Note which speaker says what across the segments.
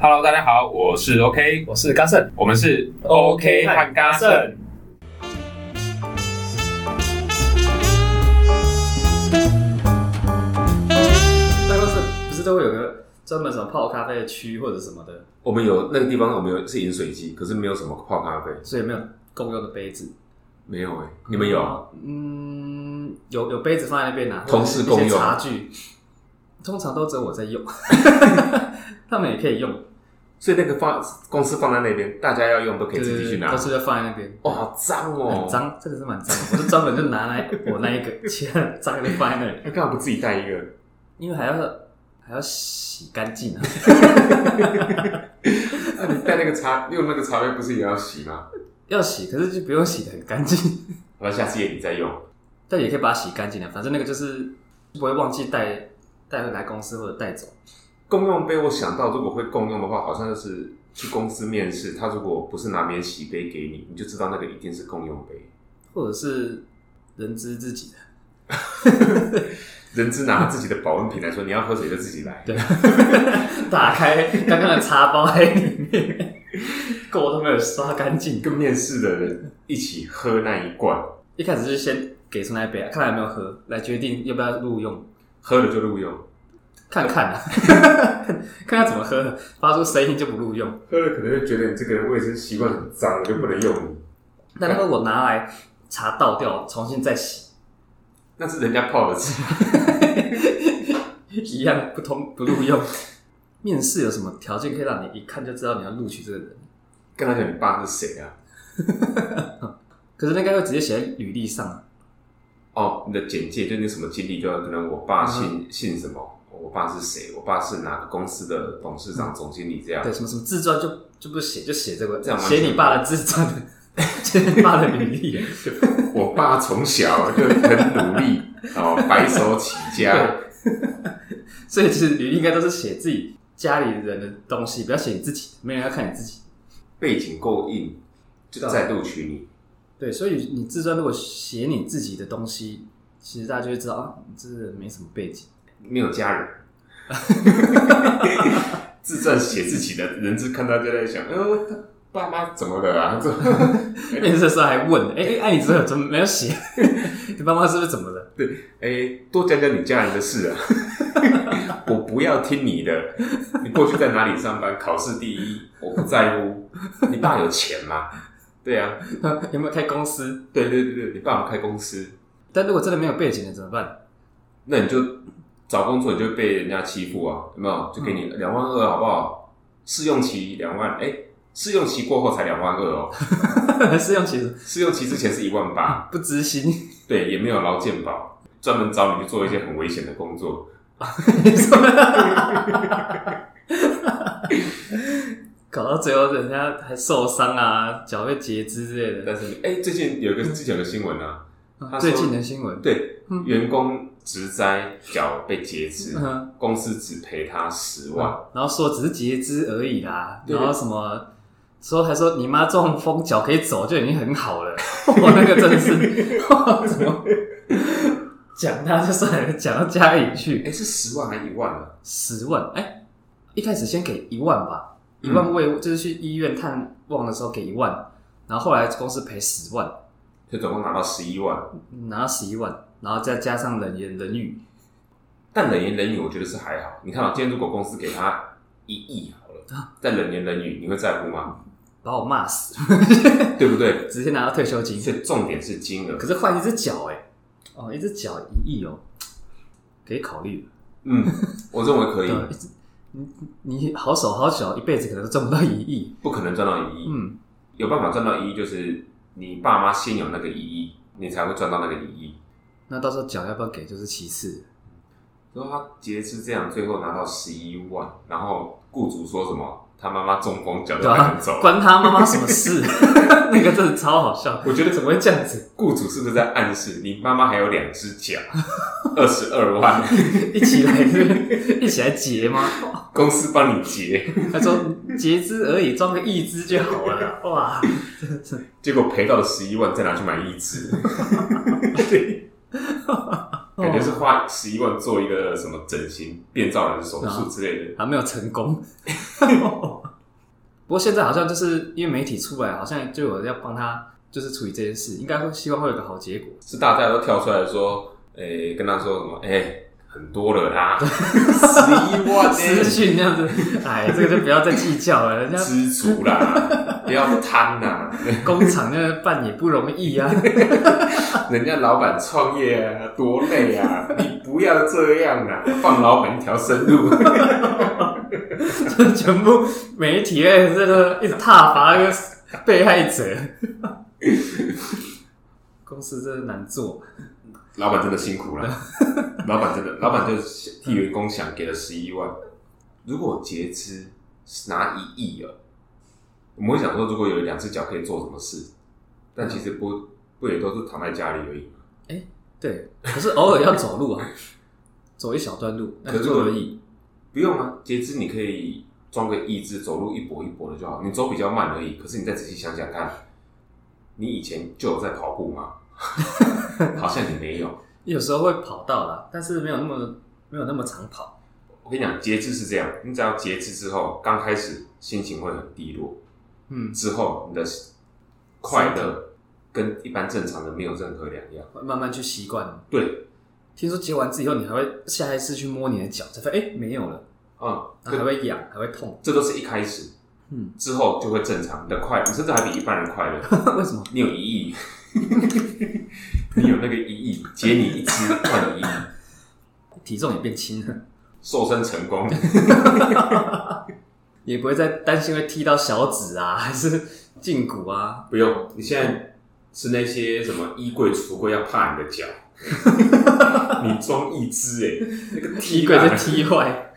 Speaker 1: Hello，大家好，我是 OK，
Speaker 2: 我是嘉盛
Speaker 1: 我们是
Speaker 2: OK 和
Speaker 1: 嘉
Speaker 2: 嘉盛。办公室不是都会有个专门什么泡咖啡的区或者什么的，
Speaker 3: 我们有那个地方，我们有是饮水机，可是没有什么泡咖啡，
Speaker 2: 所以没有共用的杯子。
Speaker 3: 没有哎、你们有啊？？
Speaker 2: 嗯，有有杯子放在那边拿，
Speaker 3: 同事共用
Speaker 2: 或者是一些茶具，通常都只有我在用， 他们也可以用，
Speaker 3: 所以那个放公司放在那边，大家要用都可以自己去拿
Speaker 2: 都。是在放在那边。
Speaker 3: 哇，好脏哦！
Speaker 2: 很，脏，真的是蛮脏的。我就专门就拿来我那一个， 其他的脏的放在那里，
Speaker 3: 那干嘛不自己带一个？
Speaker 2: 因为还要还要洗干净啊。
Speaker 3: 那你带那个茶，用那个茶杯不是也要洗吗？
Speaker 2: 要洗，可是就不用洗的很干净，
Speaker 3: 好了，下次也你再用。
Speaker 2: 但也可以把它洗干净啊的。反正那个就是不会忘记带带回来公司或者带走。
Speaker 3: 共用杯，我想到如果会共用的话，好像就是去公司面试，他如果不是拿免洗杯给你，你就知道那个一定是共用杯。
Speaker 2: 或者是人知自己的。
Speaker 3: 人资拿他自己的保温瓶来说，你要喝水就自己来。
Speaker 2: 对， 打开刚刚的茶包在里面，锅都没有刷干净。
Speaker 3: 跟面试的人一起喝那一罐，
Speaker 2: 一开始就先给出那一杯啊，看他有没有喝，来决定要不要录用，
Speaker 3: 喝了就录用，
Speaker 2: 看看、啊， 看他怎么喝，发出声音就不录用。
Speaker 3: 喝了可能就觉得你这个人卫生习惯很脏，就不能用你。
Speaker 2: 但如果我拿来茶倒掉，重新再洗，
Speaker 3: 那是人家泡的茶。
Speaker 2: 一样不通不录用。 面试有什么条件可以让你一看就知道你要录取这个人？
Speaker 3: 跟他讲你爸是谁啊？
Speaker 2: 可是那应该会直接写在履历上啊。
Speaker 3: 哦，你的简介就你什么经历，就要可能我爸姓、姓什么，我爸是谁，我爸是哪个公司的董事长、总经理这样
Speaker 2: 对，。什么什么自传就就不写，就写这个，
Speaker 3: 这样完
Speaker 2: 写
Speaker 3: 全
Speaker 2: 你爸的自传， 写你爸的履历。
Speaker 3: 我爸从小就很努力，哦，白手起家。
Speaker 2: 所以其实履历应该都是写自己家里人的东西，不要写你自己，没人要看你自己。
Speaker 3: 背景够硬，就再录取你。
Speaker 2: 对，所以你自传如果写你自己的东西，其实大家就会知道啊，你这个人没什么背景。
Speaker 3: 没有家人，自传写自己的人质看到就在想，呃，他爸妈怎么了啊？这
Speaker 2: 面试的时候还问，哎、哎，哎、你这个怎么没有写？ 你爸妈是不是怎么了？
Speaker 3: 哎、多讲讲你家人的事啊。 我不要听你的，你过去在哪里上班？考试第一，我不在乎。你爸有钱吗？对啊，
Speaker 2: 有没有开公司？
Speaker 3: 对对对对，你爸有开公司，
Speaker 2: 但如果真的没有背景的怎么办？
Speaker 3: 那你就找工作，你就被人家欺负啊，有没有？就给你两万二，好不好？试用期两万，哎、试用期过后才两万二哦。
Speaker 2: 试用其实
Speaker 3: 试用期之前是一万八，
Speaker 2: 不知心，
Speaker 3: 对，也没有劳健保，专门找你去做一些很危险的工作。
Speaker 2: 你说搞到最后人家还受伤啊，脚被截肢之类
Speaker 3: 但
Speaker 2: 的。
Speaker 3: 是，哎、最近有一个之前有个新闻啊，
Speaker 2: 啊
Speaker 3: 他说
Speaker 2: 最近的新闻，
Speaker 3: 对
Speaker 2: 嗯，
Speaker 3: 员工职灾脚被截肢，
Speaker 2: 嗯
Speaker 3: 公司只赔他十万，
Speaker 2: 然后说只是截肢而已啦，
Speaker 3: 对
Speaker 2: 然后什么说还说你妈中风脚可以走就已经很好 了，我那个真的是 哇怎么讲他就算了，讲到家里
Speaker 3: 哎、
Speaker 2: 去
Speaker 3: 是十万还一万啊？
Speaker 2: 十万哎、一开始先给一万吧，一
Speaker 3: 嗯
Speaker 2: 万慰、就是去医院探望的时候给一万，然后后来公司赔十万，
Speaker 3: 所以总共拿到十一万。
Speaker 2: 拿到十一万，然后再加上冷言冷语，
Speaker 3: 但冷言冷语，我觉得是还好。你看啊，今天如果公司给他一亿好了，再冷言冷语，你会在乎吗？
Speaker 2: 把我骂死，
Speaker 3: 对不对？
Speaker 2: 直接拿到退休金。
Speaker 3: 所以重点是金额
Speaker 2: 可。是换一只脚哎，哦，一只脚一亿哦，可以考虑。
Speaker 3: 嗯，我认为可以
Speaker 2: 对，，一只你你好手好脚，一辈子可能都挣不到一亿。
Speaker 3: 不可能赚到一亿。
Speaker 2: 嗯，
Speaker 3: 有办法赚到一亿，就是你爸妈先有那个一亿，你才会赚到那个一亿。
Speaker 2: 那到时候脚要不要给就是其次。
Speaker 3: 然后他截肢这样，最后拿到十一万，然后雇主说什么？他妈妈中风，脚都
Speaker 2: 对
Speaker 3: 不
Speaker 2: 啊
Speaker 3: 能走，。
Speaker 2: 关他妈妈什么事？ 那个真的超好笑。
Speaker 3: 我觉得
Speaker 2: 怎么会这样子？
Speaker 3: 雇主是不是在暗示你妈妈还有两只脚， 二十二万，
Speaker 2: 一起来 是不是一起来结吗？
Speaker 3: 公司帮你结，
Speaker 2: 他说截肢而已，装个义肢就好了啦。哇，
Speaker 3: 结果赔到了十一万，再拿去买 一只。对，感觉是花十一万做一个什么整形、变造人手术之类的。
Speaker 2: 还没有成功。 不过现在好像就是因为媒体出来，好像就有要帮他就是处理这件事，应该会希望会有个好结果。
Speaker 3: 是大家都跳出来说，诶、跟他说什么，诶、很多了 啦，十一万
Speaker 2: 私
Speaker 3: 呢、
Speaker 2: 讯这样子，哎，这个就不要再计较了，人家
Speaker 3: 知足啦，不要贪啦，
Speaker 2: 工厂那办也不容易啊。
Speaker 3: 人家老板创业啊，多累啊！你不要这样啊，放老板一条生路。
Speaker 2: 全部媒体哎，这个一直挞伐那个被害者，公司真的难做。
Speaker 3: 老板真的辛苦了，老板真的，老板就是替员工想，给了十一万。如果截肢是拿一亿哦，我们会想说，如果有两只脚可以做什么事？但其实不不也都是躺在家里而已。
Speaker 2: 对，可是偶尔要走路啊， 走一小段路，那
Speaker 3: 可
Speaker 2: 就是
Speaker 3: 如果
Speaker 2: 坐轮椅。
Speaker 3: 不用啊，截肢你可以装个义肢，走路一跛一跛的就好。你走比较慢而已，可是你再仔细想想看，你以前就有在跑步吗？ 好像你没有。
Speaker 2: 有时候会跑到啦，但是没有那么没有那么常跑。
Speaker 3: 我跟你讲，截肢是这样，你只要截肢之后，刚开始心情会很低落，
Speaker 2: 嗯，
Speaker 3: 之后你的快乐跟一般正常的没有任何两样。
Speaker 2: 慢慢去习惯。
Speaker 3: 对，
Speaker 2: 听说截完肢以后，你还会下意识去摸你的脚，才发现哎、没有了，
Speaker 3: 嗯，
Speaker 2: 然后还
Speaker 3: 这
Speaker 2: 会痒，还会痛。
Speaker 3: 这都是一开始，
Speaker 2: 嗯，
Speaker 3: 之后就会正常，你的快，你甚至还比一般人快乐。
Speaker 2: 为什么？
Speaker 3: 你有一亿，你有那个一亿，截你一只换一亿，
Speaker 2: 体重也变轻了，
Speaker 3: 瘦身成功。
Speaker 2: 也不会再担心会踢到小指啊， 还是胫骨啊。
Speaker 3: 不用，你现在是那些什么衣柜、橱柜要怕你的 脚，你装一只哎，那个
Speaker 2: 踢
Speaker 3: 踢
Speaker 2: 鬼
Speaker 3: 啊
Speaker 2: 就踢坏。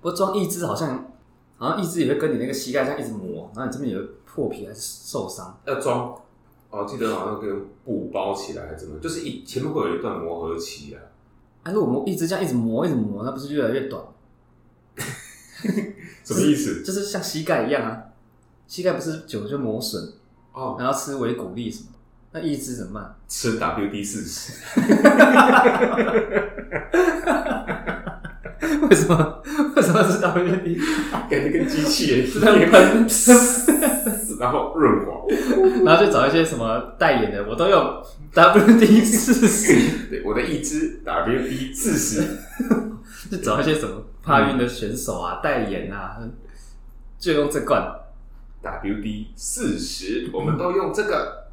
Speaker 2: 不过装义肢好像，好像义肢也会跟你那个膝盖这样一直磨，然后你这边也会破皮还是受伤。
Speaker 3: 要装，哦，记得好像跟布包起来还是怎么，就是一前面会有一段磨合期啊。
Speaker 2: 啊，如果我们一直这样一直磨一直磨，那不是越来越短？
Speaker 3: 什么意思？
Speaker 2: 就是像膝盖一样啊，膝盖不是久了就磨损，
Speaker 3: 哦，
Speaker 2: 然后吃维骨力什么，那义肢怎么啊办？
Speaker 3: 吃 WD 四十，
Speaker 2: 为什么为什么是 WD？
Speaker 3: 感觉跟机器 人一
Speaker 2: 是在
Speaker 3: 样，
Speaker 2: 喷，
Speaker 3: 然后润滑。
Speaker 2: 然后就找一些什么代言的，我都有 WD 四十，
Speaker 3: 对，我的一只 WD 四十，
Speaker 2: 就找一些什么怕晕的选手啊、代言啊，就用这罐。
Speaker 3: WD 四十，我们都用这 个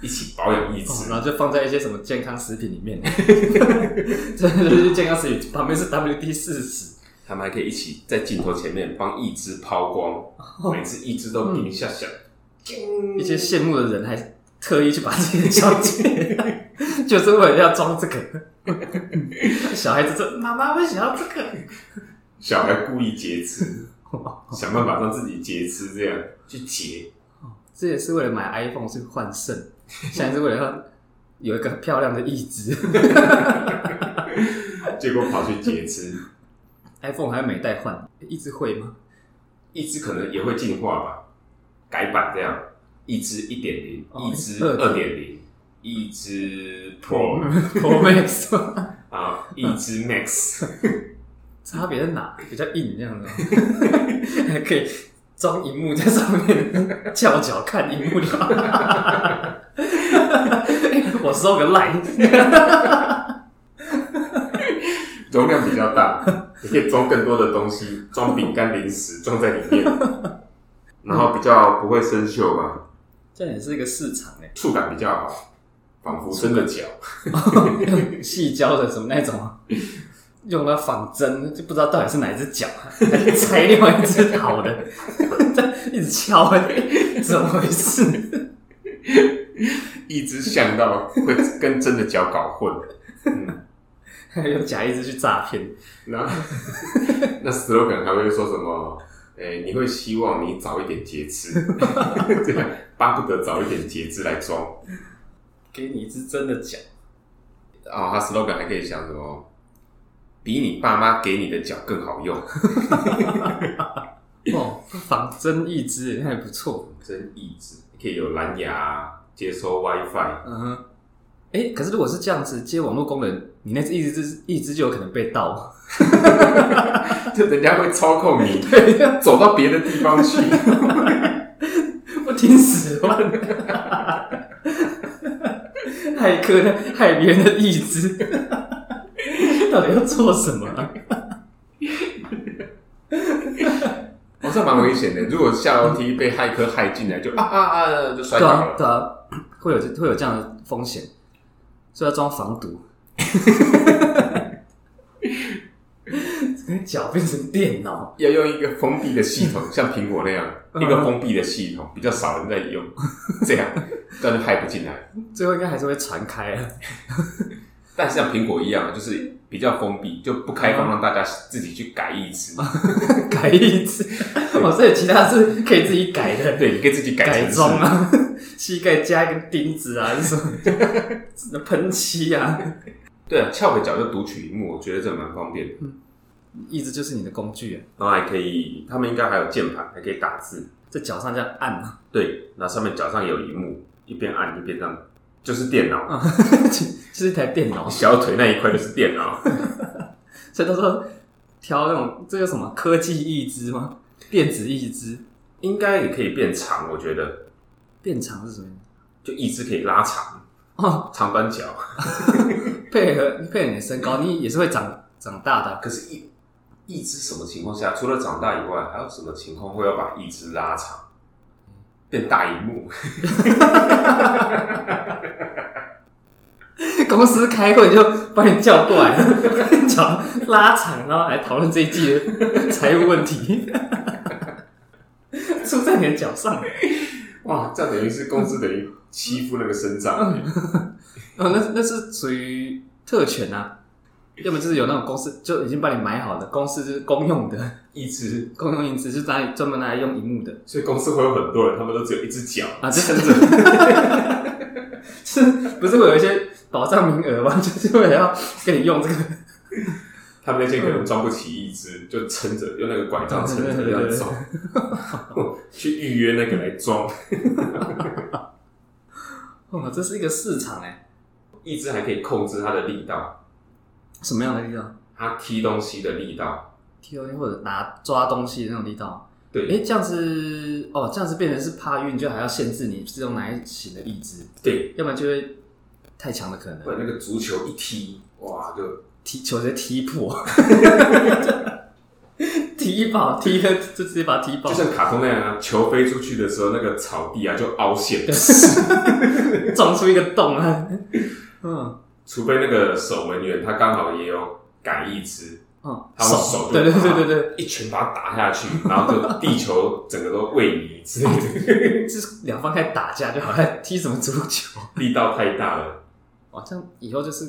Speaker 3: 一起保养一
Speaker 2: 哦
Speaker 3: 只。
Speaker 2: 然后就放在一些什么健康食品里面， 这就是健康食品旁边是 WD 四十，
Speaker 3: 他们还可以一起在镜头前面帮一只抛光，每次一只都停下下，叮
Speaker 2: 一些羡慕的人还特意去把这个交接， 就是为了要装这个。 小孩子说：“妈妈为什么要这个
Speaker 3: 小孩故意截肢，想办法让自己截肢，这样去截。？”
Speaker 2: 这也是为了买 iPhone 去换肾，现在是为了要有一个漂亮的义肢。
Speaker 3: 结果跑去截肢，
Speaker 2: iPhone 还要每代换，一直会吗？
Speaker 3: 一只可能也会进化吧，改版这样，一只一点零，嗯
Speaker 2: 哦
Speaker 3: 一只
Speaker 2: 2.0
Speaker 3: 二点零，一只 Pro
Speaker 2: 我妹说
Speaker 3: 啊，一只 Max，
Speaker 2: 差别在哪？比较硬这样子吗， 还可以装荧幕在上面，翘脚看荧幕就好。 哎我收个 line，
Speaker 3: 容量比较大， 你可以装更多的东西，装饼干、零食装在里面，然后比较不会生锈吧，
Speaker 2: 这也是一个市场哎、
Speaker 3: 触感比较好，仿佛真的脚。
Speaker 2: 用欸 细胶的什么那种啊，用了仿真就不知道到底是哪一只脚，啊还是拆另外一只好的， 一直敲，欸怎么回事？
Speaker 3: 一只像到会跟真的脚搞混，嗯，
Speaker 2: 用假一只去诈骗，
Speaker 3: 然后那 slogan 还会说什么？哎、你会希望你早一点截 肢，对吧，巴不得早一点截肢来装。
Speaker 2: 给你一只真的脚，
Speaker 3: 哦，他 slogan 还可以想什么？比你爸妈给你的脚更好用，
Speaker 2: 哦，仿真一只那还不错，
Speaker 3: 真益智，可以有蓝牙、接收 WiFi，
Speaker 2: 嗯哼。哎、可是如果是这样子接网络工人，你那只一只一只就有可能被盗。
Speaker 3: 就人家会操控你， 走到别的地方去。
Speaker 2: 我听十万了，骇客的害别人的意志，到底要做什么啊、
Speaker 3: 哦，这蛮危险的。如果下楼梯被骇客害进来，就啊啊啊，就摔
Speaker 2: 对
Speaker 3: 倒
Speaker 2: 啊，
Speaker 3: 了。
Speaker 2: 对啊，会有这会有这样的风险，所以要装防毒。整个脚变成电脑，
Speaker 3: 要用一个封闭的系 统，像苹果那样，
Speaker 2: 嗯
Speaker 3: 一个封闭的系统比较少人在用， 这样这样就害不进来。
Speaker 2: 最后应该还是会传开啊。
Speaker 3: 但是像苹果一样，就是比较封闭，就不开放让大家自己去改意思。
Speaker 2: 嗯改一次，哦，所以其他是可以自己改的，
Speaker 3: 对，你可以自己改
Speaker 2: 改
Speaker 3: 程式
Speaker 2: 装。啊，膝盖加一根钉子啊，还 是什么喷漆啊，
Speaker 3: 对啊，翘个脚就读取荧幕，我觉得这蛮方便的。
Speaker 2: 一直就是你的工具、啊，
Speaker 3: 然后还可以，他们应该还有键盘，还可以打字。
Speaker 2: 在脚上这样按啊，
Speaker 3: 对，然后上面脚上有荧幕，一边按一边这样，就是电脑。
Speaker 2: 啊 就是一台电脑，
Speaker 3: 小腿那一块就是电脑。
Speaker 2: 所以他说挑那种这叫什么科技义肢吗？电子义肢
Speaker 3: 应该也可以变长，我觉得
Speaker 2: 变长是什么意思？
Speaker 3: 就一只可以拉长，
Speaker 2: 哦，
Speaker 3: 长短脚。
Speaker 2: 配合配合你的身高，你也是会长长大的啊、
Speaker 3: 可是一，一只什么情况下，除了长大以外，还有什么情况会要把一只拉长，变大荧幕？
Speaker 2: 公司开会就把你叫过来，讲拉长，然后来讨论这一季的财务问题， 出在你的脚上。
Speaker 3: 哇，这样等于是公司等于欺负那个生长。
Speaker 2: 哦，那那是属于特权啊，要么就是有那种公司就已经帮你买好的，公司就是公用的，
Speaker 3: 一只，
Speaker 2: 公用椅子就是拿来专门拿来用荧幕的
Speaker 3: 所以公司会有很多人，他们都只有一只脚
Speaker 2: 啊，就是 就是不是会有一些保障名额吗？就是为了要跟你 用这个，
Speaker 3: 他们那些可能装不起
Speaker 2: 嗯
Speaker 3: 一只，就撑着用那个拐杖撑着这样走， 去预约那个来装。
Speaker 2: 哇，哦这是一个市场哎、
Speaker 3: 一只还可以控制它的力道，
Speaker 2: 什么样的力道？
Speaker 3: 它踢东西的力道。
Speaker 2: 踢东西或者拿抓东西的那种力道。
Speaker 3: 对，
Speaker 2: 哎、这样子哦，这样子变成是怕晕，就还要限制你是用哪一型的意志，
Speaker 3: 对，
Speaker 2: 要不然就会太强的可能
Speaker 3: 不然那个足球一踢，哇，就
Speaker 2: 踢球直接踢 破，踢爆踢个就直接把它踢爆
Speaker 3: 就，像卡通那样啊，球飞出去的时候，那个草地啊就凹陷，
Speaker 2: 撞出一个洞啊！嗯
Speaker 3: 除非那个守门员他刚好也有改意肢，
Speaker 2: 嗯，
Speaker 3: 他用手就
Speaker 2: 对对对对
Speaker 3: 一拳把它打 下去，然后就地球整个都位移之类的，
Speaker 2: 对，就是两方开始打架就好了， 踢什么足球？
Speaker 3: 力道太大了。
Speaker 2: 哦，这样以后就是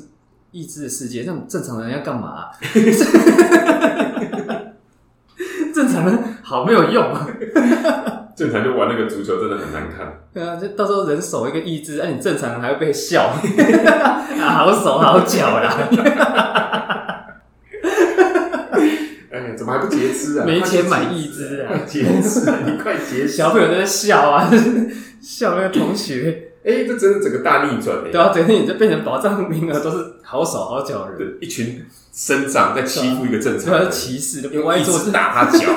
Speaker 2: 意志的世界，那种正常人要干嘛 啊、正常人好没有用 啊！
Speaker 3: 正常就玩那个足球真的很难看，
Speaker 2: 对啊，就到时候人手一个意志，那、你正常人还会被笑， 啊，好手好脚啦，
Speaker 3: 哎呀，怎么还不截肢啊？
Speaker 2: 没钱买
Speaker 3: 意
Speaker 2: 意志啊！
Speaker 3: 快截肢啊！你快截肢！
Speaker 2: 小朋友都在笑啊， 笑那个同学，
Speaker 3: 哎，这真的整个大逆转
Speaker 2: 对
Speaker 3: 哎！
Speaker 2: 啊，整天你就变成保障名额都是好手好脚的人，
Speaker 3: 对一群生长在欺负一个正
Speaker 2: 主
Speaker 3: 常
Speaker 2: 要
Speaker 3: 人
Speaker 2: 是，歧视，就不
Speaker 3: 用
Speaker 2: 爱
Speaker 3: 一
Speaker 2: 啊做，
Speaker 3: 直打他 脚，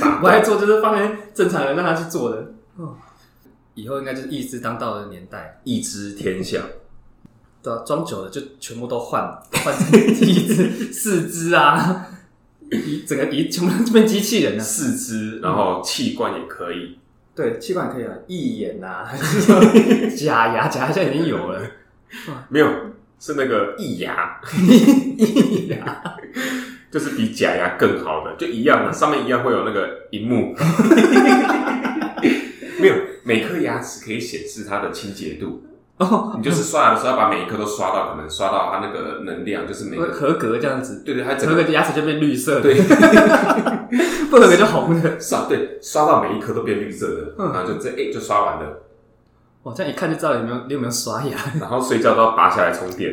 Speaker 3: 打
Speaker 2: 不爱做就是放在正常人让他去做的。哦，以后应该就是意志当道的年代，
Speaker 3: 一知天下。
Speaker 2: 对啊，装久了就全部都换了，换成意志、四肢啊，一整个一全部都变机器人了。
Speaker 3: 四肢，然后气罐也可以，
Speaker 2: 对，气管可以啊，义眼呐、 假牙，假牙现在已经有 了，
Speaker 3: 没有是那个义牙，
Speaker 2: 义牙，
Speaker 3: 就是比假牙更好的，就一 样的，上面一样会有那个荧幕。没有，每颗牙齿可以显示它的清洁度。
Speaker 2: 哦，
Speaker 3: 你就是刷牙的时候，要把每一颗都刷到，可能刷到它那个能量，就是每个
Speaker 2: 合格这样子。
Speaker 3: 对对，它整
Speaker 2: 合
Speaker 3: 个
Speaker 2: 格牙齿就变绿色的，
Speaker 3: 对
Speaker 2: 不合格就红的。
Speaker 3: 刷对刷到每一颗都变绿色的，
Speaker 2: 嗯
Speaker 3: 然后就这哎、就刷完了，
Speaker 2: 我这样一看就知道有没有你有没有刷 牙。
Speaker 3: 然后睡觉都要拔下来充电。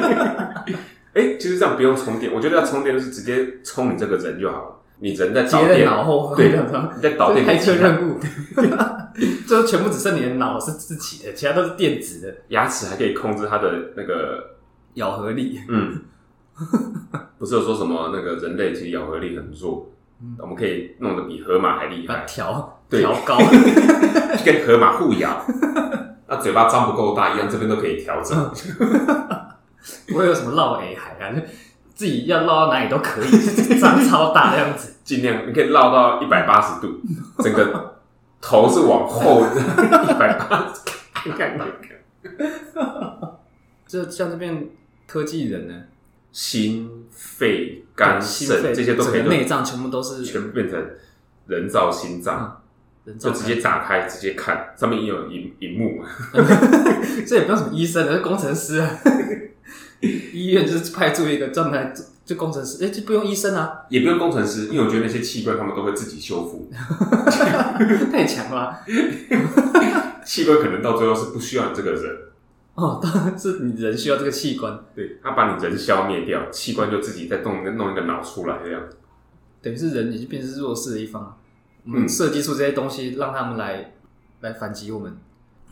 Speaker 3: 哎、其实这样不用充电，我觉得要充电就是直接充你这个人就好了。你人在
Speaker 2: 接
Speaker 3: 导
Speaker 2: 在
Speaker 3: 电，
Speaker 2: 脑后方，
Speaker 3: 对
Speaker 2: 这样子吗
Speaker 3: 你在导电
Speaker 2: 开
Speaker 3: 给
Speaker 2: 车
Speaker 3: 其他，
Speaker 2: 任务，最后全部只剩你的脑是自己的，其他都是电子的，
Speaker 3: 牙齿还可以控制它的那个，
Speaker 2: 咬合力。
Speaker 3: 嗯， 不是有说什么那个人类其实咬合力很弱，
Speaker 2: 嗯
Speaker 3: 我们可以弄得比河马还厉
Speaker 2: 把它
Speaker 3: 害，
Speaker 2: 调
Speaker 3: 对
Speaker 2: 调高，
Speaker 3: 跟河马互咬，那嘴巴张不够大一样，这边都可以调整。
Speaker 2: 不会有什么绕 A 海啊，就自己要绕到哪里都可以， 张超大的样子，
Speaker 3: 尽量你可以绕到一百八十 度，整个头是往后一百八十，看看看看
Speaker 2: 就像这边科技人呢，
Speaker 3: 心、肺、肝、
Speaker 2: 心
Speaker 3: 肾
Speaker 2: 肺
Speaker 3: 这些都可以
Speaker 2: 整个内
Speaker 3: 都
Speaker 2: 脏全部都是
Speaker 3: 全部变成人造心脏，
Speaker 2: 嗯人造
Speaker 3: 就
Speaker 2: 的
Speaker 3: 直接打开直接看，上面也有荧荧幕嘛，
Speaker 2: 这也不用什么医生，是工程师啊。 医院就是派出一个专门来做就工程师，哎、就不用医生啊，
Speaker 3: 也不用工程师，因为我觉得那些器官他们都会自己 修复，
Speaker 2: 太强了啊、
Speaker 3: 器官可能到最后是不需要你这个人，
Speaker 2: 哦，当然是你人需要这个器官，
Speaker 3: 对他把你人消灭掉，器官就自己再弄一个弄一个脑出来这样。
Speaker 2: 等于是人已经变成是弱势的一方啊。我
Speaker 3: 嗯
Speaker 2: 们设计出这些东西，让他们来来反击我们，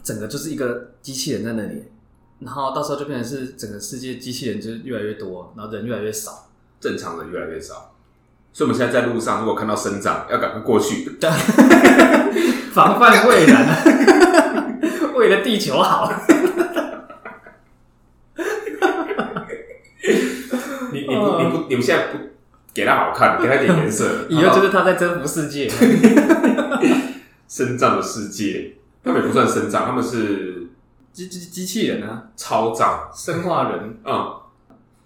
Speaker 2: 整个就是一个机器人在那里，然后到时候就变成是整个世界机器人就是越来越多，然后人越来越少。
Speaker 3: 正常人越来越少。所以我们现在在路上，如果看到生长，要赶快过去。
Speaker 2: 嗯防范未然 啊，为了地球好。
Speaker 3: 你你不你不你们现在不给他好看，给他一点颜 色，
Speaker 2: 以后就是他在征服世界，
Speaker 3: 生长的世界。他们也不算生长，他们是
Speaker 2: 机机机器人啊，
Speaker 3: 超长，
Speaker 2: 生化人，
Speaker 3: 嗯，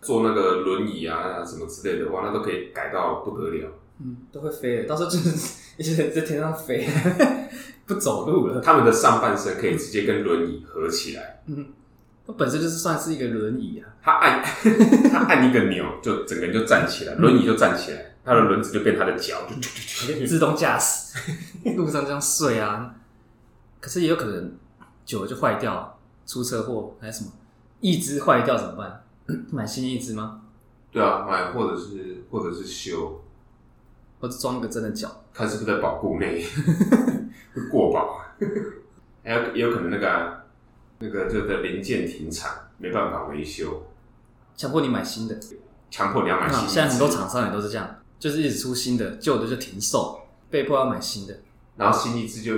Speaker 3: 坐那个轮椅啊什么之类的，哇，那都可以改到不得了。
Speaker 2: 嗯，都会飞了，到时候就是一些人在天上飞， 不走路了。
Speaker 3: 他们的上半身可以直接跟轮椅合起来，
Speaker 2: 它本身就是算是一个轮椅啊，
Speaker 3: 他按 他按一个钮，就整个人就站起
Speaker 2: 嗯
Speaker 3: 来，轮椅就站起来，他的轮子就变他的脚，就
Speaker 2: 自动驾驶， 路上这样睡啊。可是也有可能久了就坏掉啊，出车祸还是什么，义肢坏掉怎么办？ 买新义肢吗？
Speaker 3: 对啊，买或者是或者是修，
Speaker 2: 或者装一个真的脚？
Speaker 3: 看是不是在保护内， 会过保。啊还有也有可能那个啊、那个就在零件停产，没办法维修，
Speaker 2: 强迫你买新的，
Speaker 3: 强迫你要买新
Speaker 2: 啊
Speaker 3: 的。
Speaker 2: 现在很多厂商也都是这样，就是一直出新的，旧的就停售，被迫要买新的。
Speaker 3: 然后新一只就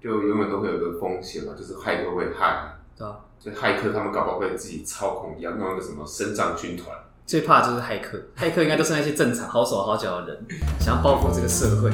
Speaker 3: 就永远都会有一个风险嘛，就是骇客会害，
Speaker 2: 对啊，
Speaker 3: 就骇客他们搞不好会自己操控一样，弄一个什么生长军团。
Speaker 2: 最怕的就是骇客，骇客应该都是那些正常好手好脚的人，想要报复这个社会。